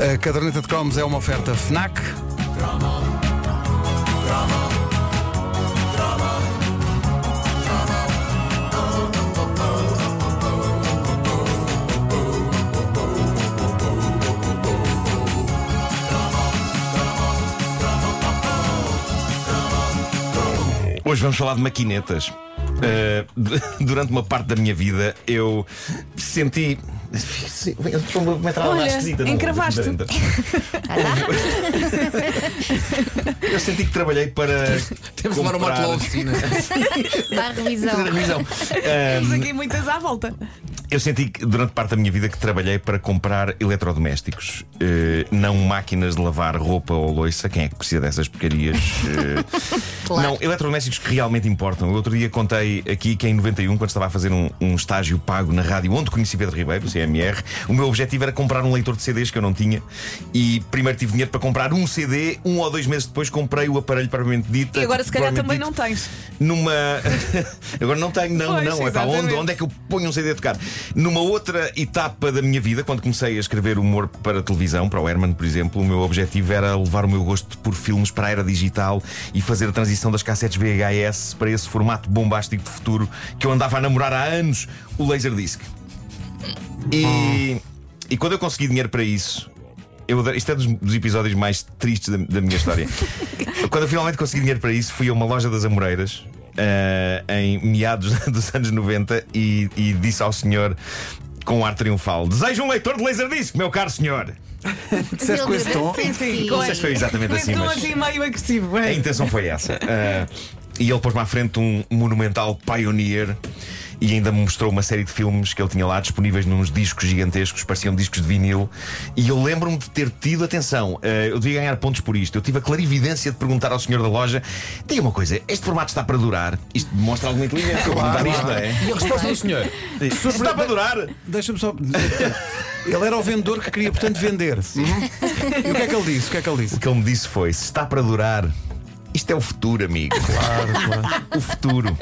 A caderneta de cromos é uma oferta FNAC. Hoje vamos falar de maquinetas. Eh, d- durante uma parte da minha vida eu senti. Eu estou a entrar Olha, esquisita. não- encravaste. Eu senti que trabalhei para. Temos de levar o Marco lá comprar- à oficina. Dá revisão. Fazer a revisão. Temos aqui muitas à volta. Eu senti que durante parte da minha vida que trabalhei para comprar eletrodomésticos, eh, não máquinas de lavar roupa ou loiça. Quem é que precisa dessas porcarias? Eh, Não, eletrodomésticos que realmente importam. Eu outro dia contei aqui que em 91, quando estava a fazer um, um estágio pago na rádio onde conheci Pedro Ribeiro, o CMR, o meu objetivo era comprar um leitor de CDs que eu não tinha. E primeiro tive dinheiro para comprar um CD, um ou dois meses depois comprei o aparelho propriamente dito. E agora se calhar também propriamente não dito tens. numa. Agora não tenho, não, Pois, não. É para onde, exatamente. onde é que eu ponho um CD a tocar? Numa outra etapa da minha vida, quando comecei a escrever humor para televisão, para o Herman, por exemplo, o meu objetivo era levar o meu gosto por filmes para a era digital e fazer a transição das cassetes VHS para esse formato bombástico de futuro que eu andava a namorar há anos, o Laserdisc. E, e quando eu consegui dinheiro para isso. Eu, adoro- isto é dos, dos episódios mais tristes da, da minha história. Quando eu finalmente consegui dinheiro para isso, fui a uma loja das Amoreiras ah, em meados dos anos 90 e, e disse ao senhor com um ar triunfal: Desejo um leitor de laserdisc, meu caro senhor. Disseste com esse tom? Sim, sim. Não sei se foi exatamente assim, Estou mas assim meio agressivo. a é. intenção foi essa. Ah, e ele pôs-me à frente um monumental Pioneer e ainda me mostrou uma série de filmes que ele tinha lá disponíveis nos discos gigantescos, pareciam discos de vinil. E eu lembro-me de ter tido atenção, ah, eu devia ganhar pontos por isto. Eu tive a clarividência de perguntar ao senhor da loja: diga uma coisa, este formato está para durar? Isto demonstra alguma inteligência. eu perguntar isto, não é? E a resposta do senhor? Isto está para durar? Deixa-me só. Ele era o vendedor que queria, portanto, vender. E o que é que ele disse? O que é que ele disse? O que ele me disse foi: se está para durar, isto é o futuro, amigo. Claro, claro. O futuro.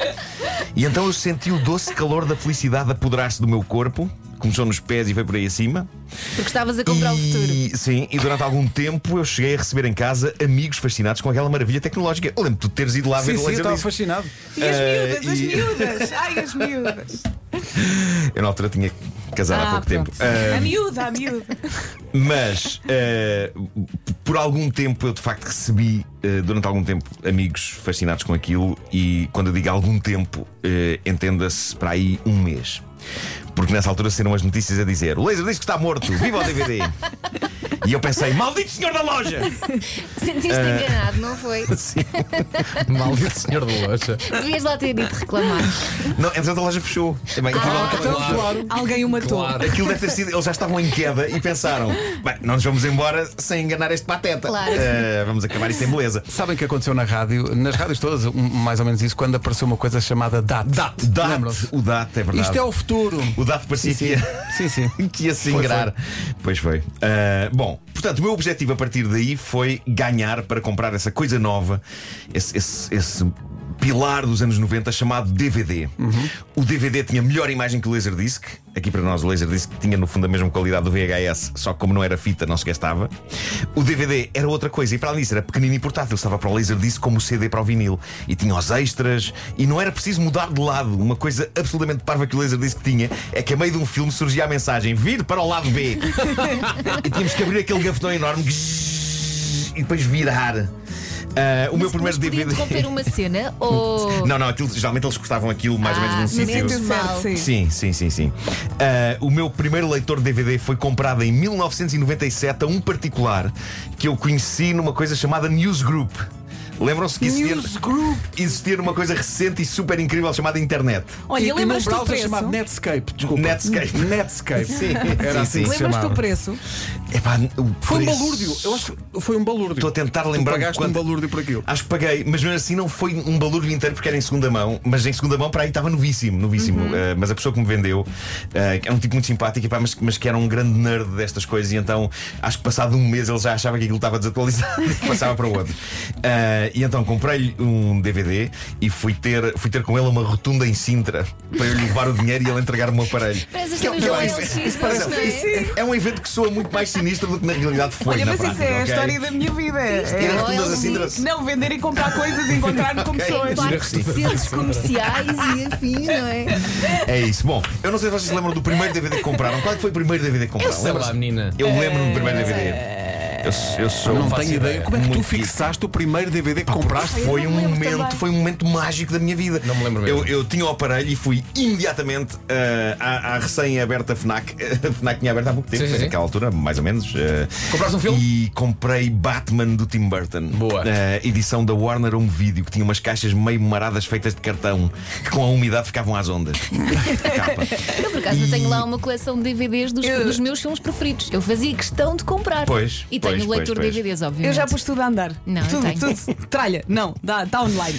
E então eu senti o doce calor da felicidade apoderar-se do meu corpo. Começou nos pés e foi por aí acima. Porque estavas a comprar o futuro. E, sim, e durante algum tempo eu cheguei a receber em casa amigos fascinados com aquela maravilha tecnológica. Eu lembro-te de teres ido lá Sim, ver o sim, eu laser estava disc. fascinado. E as Eh, miúdas, as e- miúdas. Ai, as miúdas. Eu na altura tinha casado há Ah, pouco pronto. tempo. Ah, A miúda, a miúda. Mas eh, por algum tempo eu de facto recebi eh, durante algum tempo amigos fascinados com aquilo e quando eu digo algum tempo, eh, entenda-se para aí um mês. Porque nessa altura saíram as notícias a dizer o laser diz que está morto, viva o DVD! e eu pensei, maldito senhor da loja! Sentiste enganado, não foi? Maldito senhor da loja. Devias lá ter ido reclamar. Não, entretanto a loja fechou. Também, Então, aquilo, claro. Alguém o Então, matou. Claro. aquilo deve ter sido, eles já estavam em queda e pensaram: bem, não nos vamos embora sem enganar este pateta. Claro. Eh, vamos acabar isto em beleza. Sabem o que aconteceu na rádio? Nas rádios todas, um- mais ou menos isso, quando apareceu uma coisa chamada DAT. DAT. DAT, Lembram-se? o DAT é verdade. Isto é o futuro. O DAF parecia que ia, Sim, sim. que ia se ingrar. Pois foi. Ah, bom, portanto, o meu objetivo a partir daí foi ganhar para comprar essa coisa nova, esse, esse- esse pilar dos anos 90 chamado DVD. Uhum. O DVD tinha melhor imagem que o Laserdisc. Aqui para nós o Laserdisc tinha no fundo a mesma qualidade do VHS, só que como não era fita, não se gastava. O DVD era outra coisa e para além disso era pequenino e portátil, estava para o Laserdisc como o CD para o vinil e tinha os extras e não era preciso mudar de lado. Uma coisa absolutamente parva que o Laserdisc tinha é que a meio de um filme surgia a mensagem: vir para o lado B. e tínhamos que abrir aquele gavetão enorme e depois virar. Ah, o meu primeiro Mas podia DVD. interromper um uma cena ou. Não, não, aquilo- geralmente eles cortavam aquilo mais ou menos Ah, num sim, sítio. sim, sim. Certo, sim. Sim, sim, sim, sim. Ah, o meu primeiro leitor de DVD foi comprado em 1997 a um particular que eu conheci numa coisa chamada News Group. Lembram-se que existia, Group. existia uma coisa recente e super incrível chamada internet. Olha, e num lembras-te do browser preço? chamado Netscape, desculpa. Netscape. Netscape. Sim, Era sim, assim sim. que se Lembras-te chamava. do preço? Epá, o Foi um preço- balúrdio. Eu acho que foi um balúrdio. Estou a tentar lembrar Tu pagaste quanto- um balúrdio por aquilo. Acho que paguei, mas mesmo assim não foi um balúrdio inteiro porque era em segunda mão, mas em segunda mão para aí estava novíssimo, novíssimo. Uhum. Eh, mas a pessoa que me vendeu eh, era um tipo muito simpático, epá, mas, mas que era um grande nerd destas coisas, e então acho que passado um mês ele já achava que aquilo estava desatualizado e passava para o outro. Eh, Eh, e então comprei-lhe um DVD e fui ter, fui ter com ele a uma rotunda em Sintra para eu lhe levar o dinheiro e ele entregar-me o aparelho. é um Parece é as coisas do LX, Parece- um não é? é um evento que soa muito mais sinistro do que na realidade foi. Olha, na mas isso prática, é a ok? história da minha vida. Ter é- É rotundas Ou a Sintra. não vender e comprar coisas e encontrar-me com Ok. pessoas. Parques de centros comerciais e afins, não é? É isso. Bom, eu não sei se vocês se lembram do primeiro DVD que compraram. Qual é que foi o primeiro DVD que compraram? Sei lá, Lembra-se? menina. Eu lembro-me do É. primeiro DVD. Eu, eu sou Não Não faço tenho ideia. ideia. Como é que tu Muito fixaste o primeiro DVD que compraste? Foi Eu um não me lembro momento, também. foi um momento mágico da minha vida. Não me lembro mesmo. Eu, eu tinha o aparelho e fui imediatamente eh, à, à recém-aberta FNAC. A FNAC tinha aberto há pouco tempo, Sim, sim, foi sim. naquela altura, mais ou menos. eh, Compraste um filme? E comprei Batman do Tim Burton. Boa. Eh, edição da Warner Home Video, que tinha umas caixas meio maradas feitas de cartão, que com a umidade ficavam às ondas. A capa. Eu, por acaso, eu tenho lá uma coleção de DVDs dos, Eu- dos meus filmes preferidos. Eu fazia questão de comprar. Pois, E pois, tenho o pois, leitor pois. de DVDs, obviamente. Eu já pus tudo a andar. Não, eu tudo, tenho. tudo. Tralha, não, dá, está online.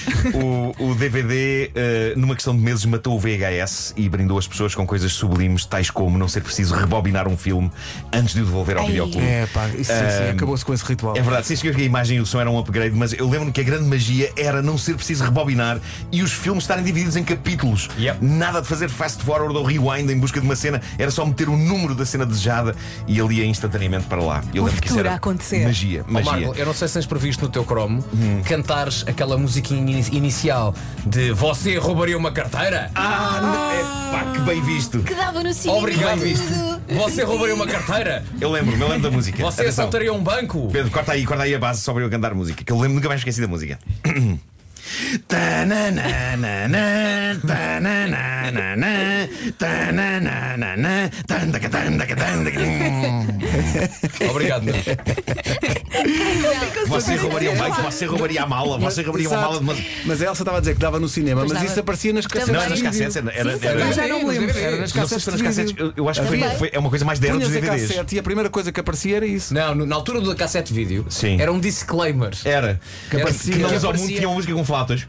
O, o DVD, eh, numa questão de meses, matou o VHS e brindou as pessoas com coisas sublimes, tais como não ser preciso rebobinar um filme antes de o devolver ao Ei. videoclube. É, pá, isso, isso, acabou-se com esse ritual. É verdade, sim, senhor, que a imagem e o som eram um upgrade, mas eu lembro que a grande magia era não ser preciso rebobinar e os filmes estarem divididos em capítulos. Yep. Nada de fazer fast forward ou rewind em busca de uma cena, era só meter o número da cena desejada e ele ia instantaneamente para lá. Eu O lembro que isso futuro era a acontecer. magia, Ó, magia. Hum. Marco, eu não sei se tens previsto no teu cromo cantares aquela musiquinha ini- inicial de Você roubaria uma carteira? Ah, não, é, pá, que bem visto. Que dava no cinema. Obrigado. tudo. Você roubaria uma carteira? Eu lembro-me, eu lembro da música. Você Atenção. assaltaria um banco? Pedro, corta aí, corta aí a base sobre eu cantar música, que eu lembro, nunca mais esqueci da música. Tananana, tananana, tananana, tandaca, tandaca, tandaca. Hum, Obrigado. Nuno. Você roubaria um banco, você roubaria a mala, você roubaria uma Exato. mala de uma. Mas a Elsa estava a dizer que dava no cinema, Pois mas dava. isso aparecia nas Também. cassetes. Não, era nas cassetes, era. era, era Já não me Nos lembro. DVDs. Era nas não sei cassetes se foi nas de cassetes, vídeo. eu, eu acho que foi, Também. foi- é uma coisa mais da era dos Punhas a DVDs. cassete e a primeira coisa que aparecia era isso. Não, no- na altura do cassete vídeo Sim. É. era um disclaimer. Era. Que Era- aparecia. que Que eles ao mundo aparecia. tinham música com flautas.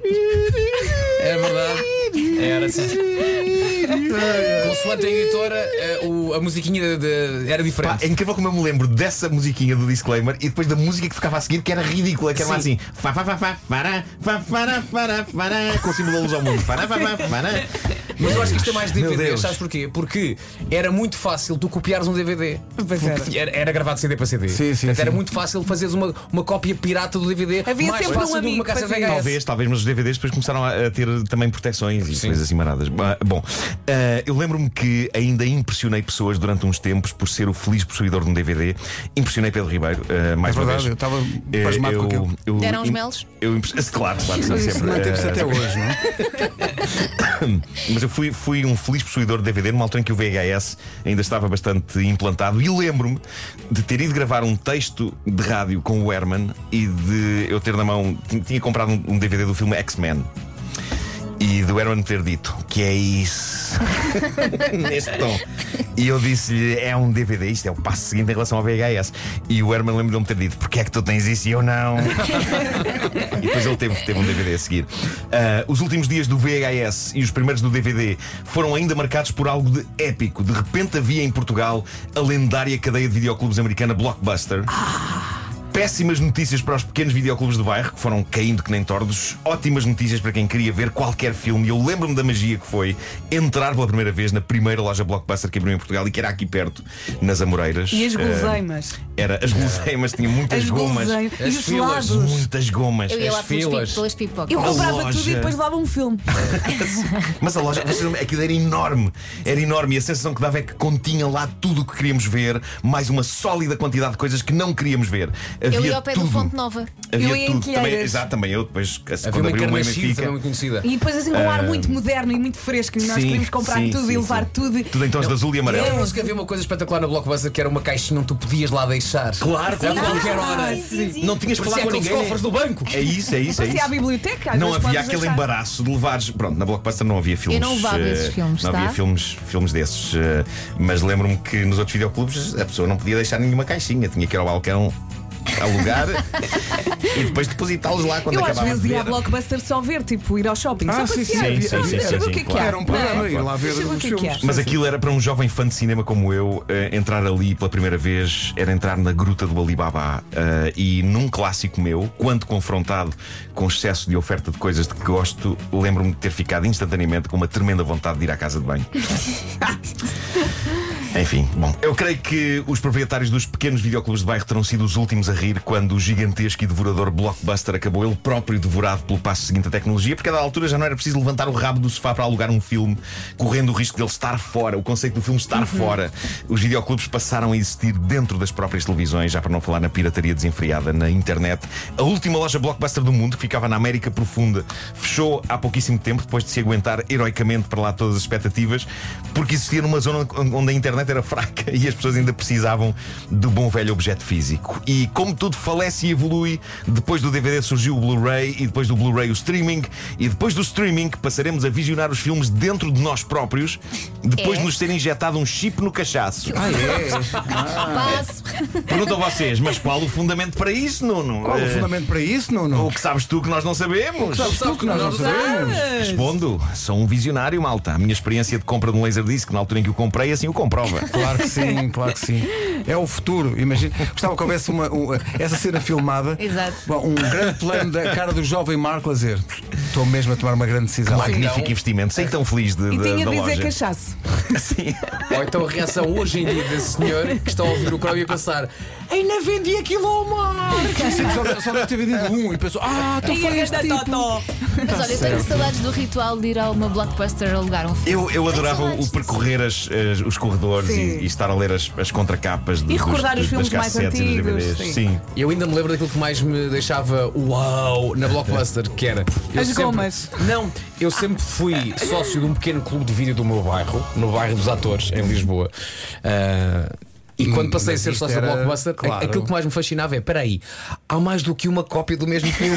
É verdade. Era sim. Consoante a editora, eh, o- a musiquinha de- era Pá, diferente. é incrível como eu me lembro dessa musiquinha do disclaimer e depois da música que ficava a seguir, que era ridícula, que era assim. Sim. Fá, fá, fá, fá, fará, fá, fará, fará, fará, com o símbolo da luz ao mundo. Fará, fá, fá, fará. Mas eu acho que isto é mais Meu DVD, Deus. sabes porquê? Porque era muito fácil tu copiares um DVD. Pois era. Porque Era, era gravado CD para CD. Sim, sim, Portanto, era sim. muito fácil fazeres uma, uma cópia pirata do DVD. Havia mais sempre um fácil do que amigo uma que cassete fazia. VHS. Talvez, talvez, mas os DVDs depois começaram a, a ter também proteções e coisas assim maradas. Ba- Bom, eh, eu lembro-me que ainda impressionei pessoas durante uns tempos por ser o feliz possuidor de um DVD. Impressionei Pedro Ribeiro, eh, mais É uma verdade, vez. eu estava Eh, pasmado com eu- aquilo. eu- Deram os im- melos? Eu, impre- claro, claro, são Isso sempre. manteve-se eh, até hoje, não é? Mas eu fui, fui um feliz possuidor de DVD numa altura em que o VHS ainda estava bastante implantado e lembro-me de ter ido gravar um texto de rádio com o Herman e de eu ter na mão. ti- Tinha comprado um, um DVD do filme X-Men. E do Herman ter dito que é isso. Neste tom. E eu disse-lhe: é um DVD, isto é o passo seguinte em relação ao VHS. E o Herman lembra-me de me ter dito: porque é que tu tens isso e eu não? E depois ele teve, teve um DVD a seguir. Ah, os últimos dias do VHS e os primeiros do DVD foram ainda marcados por algo de épico. De repente havia em Portugal a lendária cadeia de videoclubes americana Blockbuster. Péssimas notícias para os pequenos videoclubes do bairro, que foram caindo que nem tordos. Ótimas notícias para quem queria ver qualquer filme. E eu lembro-me da magia que foi entrar pela primeira vez na primeira loja Blockbuster que abriu em Portugal e que era aqui perto, nas Amoreiras. E as Ah, guloseimas. era as guloseimas, tinha muitas As gomas. guloseimas. E as os filas, lados. Muitas gomas. Eu ia As lá pelos filas. pi- pelas pipocas. Eu A comprava loja. tudo e depois levava um filme. Mas a loja, vocês não- aquilo era enorme. Era enorme e a sensação que dava é que continha lá tudo o que queríamos ver, mais uma sólida quantidade de coisas que não queríamos ver. Havia Eu ia ao pé tudo. do Fonte Nova. Havia Eu ia em tudo. Também, Quilheiras. exato, também eu depois Havia quando uma abriu uma encarnascida Benfica, também muito conhecida. E depois assim com um ar muito moderno e muito fresco. E nós Sim, queríamos comprar sim, tudo sim, e levar sim. tudo. e- Tudo em tons de azul e amarelo. Lembram-se que havia uma coisa espetacular na Blockbuster que era uma caixinha onde tu podias lá deixar. Claro, a claro. qualquer hora. sim, sim, é sim. Não tinhas que falar Parecia com aqueles ninguém. cofres do banco. É isso, é isso, é Parecia à isso. biblioteca. às Não havia vezes podes aquele deixar. embaraço de levares. Pronto, na Blockbuster não havia filmes. Eu não levava eh, esses filmes, Não havia tá? filmes, filmes desses. eh, Mas lembro-me que nos outros videoclubes a pessoa não podia deixar nenhuma caixinha, tinha que ir ao balcão alugar e depois depositá-los lá quando Eu às é acabava vezes de ia ver. a Blockbuster só ver, tipo, ir ao shopping. Ah, só sim, sim, passear. sim, sim, sim, Saber sim, o que é que claro. Era um programa, ir lá ver Deixa eu ver o os que é que filmes. é. Mas aquilo era para um jovem fã de cinema como eu, eh, entrar ali pela primeira vez era entrar na gruta do Alibaba. eh, e num clássico meu, quando confrontado com o excesso de oferta de coisas de que gosto, lembro-me de ter ficado instantaneamente com uma tremenda vontade de ir à casa de banho. Enfim, bom, eu creio que os proprietários dos pequenos videoclubes de bairro terão sido os últimos a rir quando o gigantesco e devorador blockbuster acabou ele próprio devorado pelo passo seguinte à tecnologia, porque a dada altura já não era preciso levantar o rabo do sofá para alugar um filme, correndo o risco dele estar fora, o conceito do filme estar fora. Os videoclubes passaram a existir dentro das próprias televisões, já para não falar na pirataria desenfreada na internet. A última loja blockbuster do mundo, que ficava na América Profunda, fechou há pouquíssimo tempo, depois de se aguentar heroicamente para lá todas as expectativas, porque existia numa zona onde a internet era fraca e as pessoas ainda precisavam do bom velho objeto físico. E como tudo falece e evolui, depois do DVD surgiu o Blu-ray e depois do Blu-ray o streaming, e depois do streaming passaremos a visionar os filmes dentro de nós próprios, depois de É. nos ter injetado um chip no cachaço. Passo. Pergunto a vocês, mas qual o fundamento para isso, Nuno? Qual o Eh, fundamento para isso, O Nuno? que sabes tu que nós não sabemos? Sabe que nós não sabemos? Respondo, sou um visionário, malta. A minha experiência de compra de um Laserdisc, na altura em que o comprei, assim o comprova. Claro que sim, claro que sim. É o futuro, imagina. Gostava que houvesse uma, um, essa cena filmada. Exato. Bom, Um grande plano da cara do jovem Marco a dizer: Estou mesmo a tomar uma grande decisão. Um Magnífico investimento, sei tão feliz de, E da, tinha da de loja. dizer cachaço. Sim. Ou então a reação hoje em dia desse senhor que está a ouvir o Crowley a passar. Ainda vendi aquilo ao mar! Sim, só, só deve ter vendido um e pensou: Ah, estou E feliz. ainda Totó. Mas olha, eu tenho saudades do ritual de ir a uma blockbuster alugar um filme. Eu, eu adorava saudades o disso. percorrer as- as- os corredores Sim. e, e estar a ler as, as contracapas de, dos- recordar dos, os filmes das mais cassetes e dos antigos, DVDs. sim. Eu ainda me lembro daquilo que mais me deixava uau na Blockbuster, que era. eu As gomas. Não, eu sempre fui sócio de um pequeno clube de vídeo do meu bairro, no bairro dos atores, em Lisboa. Ah, e quando passei a mas ser isto sócio da era- Blockbuster, a- claro. aquilo que mais me fascinava é: peraí, há mais do que uma cópia do mesmo filme.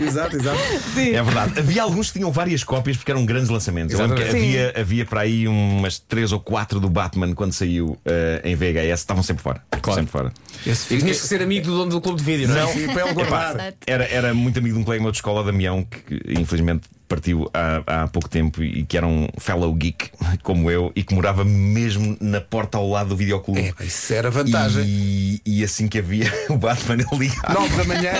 Exato, exato. É verdade. Havia alguns que tinham várias cópias porque eram grandes lançamentos. Eu lembro que Exatamente. havia, havia para aí umas três ou quatro do Batman quando saiu eh, em VHS, estavam sempre fora. Sempre fora. Esse E filme tinhas que ser amigo do dono do clube de vídeo, é- não é? Sim, para ele guardar. Certo. Era, era muito amigo de um colega meu de escola, Damião, que que, infelizmente partiu há, há pouco tempo e que era um fellow geek como eu e que morava mesmo na porta ao lado do videoclube. É, isso era vantagem. E, e assim que havia o Batman ele ligava. 9 da manhã.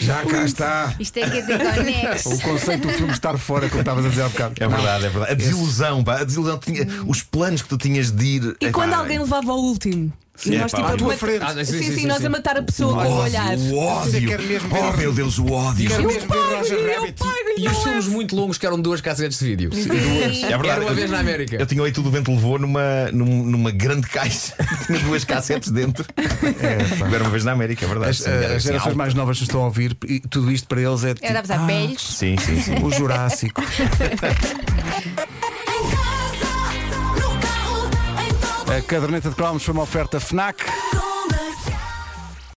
Já cá está. Isto é que é de Conex. O conceito do filme estar fora, como estavas a dizer há bocado. É verdade, é verdade. A desilusão, pá, a desilusão. Tinha, Hum. os planos que tu tinhas de ir. E epá, quando alguém levava ao último? É Sim, e nós pá, tipo à a tua mat- frente. Ah, sim, Sim, sim, sim, sim, nós sim. a matar a pessoa o com o ódio, olhar. O Você ódio. quer mesmo ver- oh meu Deus, o ódio. Quero mesmo ver Pago, Roger eu Rabbit. pago, é? E os eu filmes levo. muito longos que eram duas cassetes de vídeo. É verdade. Era uma eu- vez na América. Eu tinha o Ei Tudo o Vento Levou numa, num- numa grande caixa. tinha duas cassetes dentro. Era uma vez na América, é verdade. As, eh, sim, era as assim, gerações alto. mais novas que estão a ouvir, e tudo isto para eles é. tipo, Era a "Ah, velhos. Sim, sim, sim. o Jurássico. Em casa, no carro, em todo A caderneta de cromos foi uma oferta Fnac. lugar.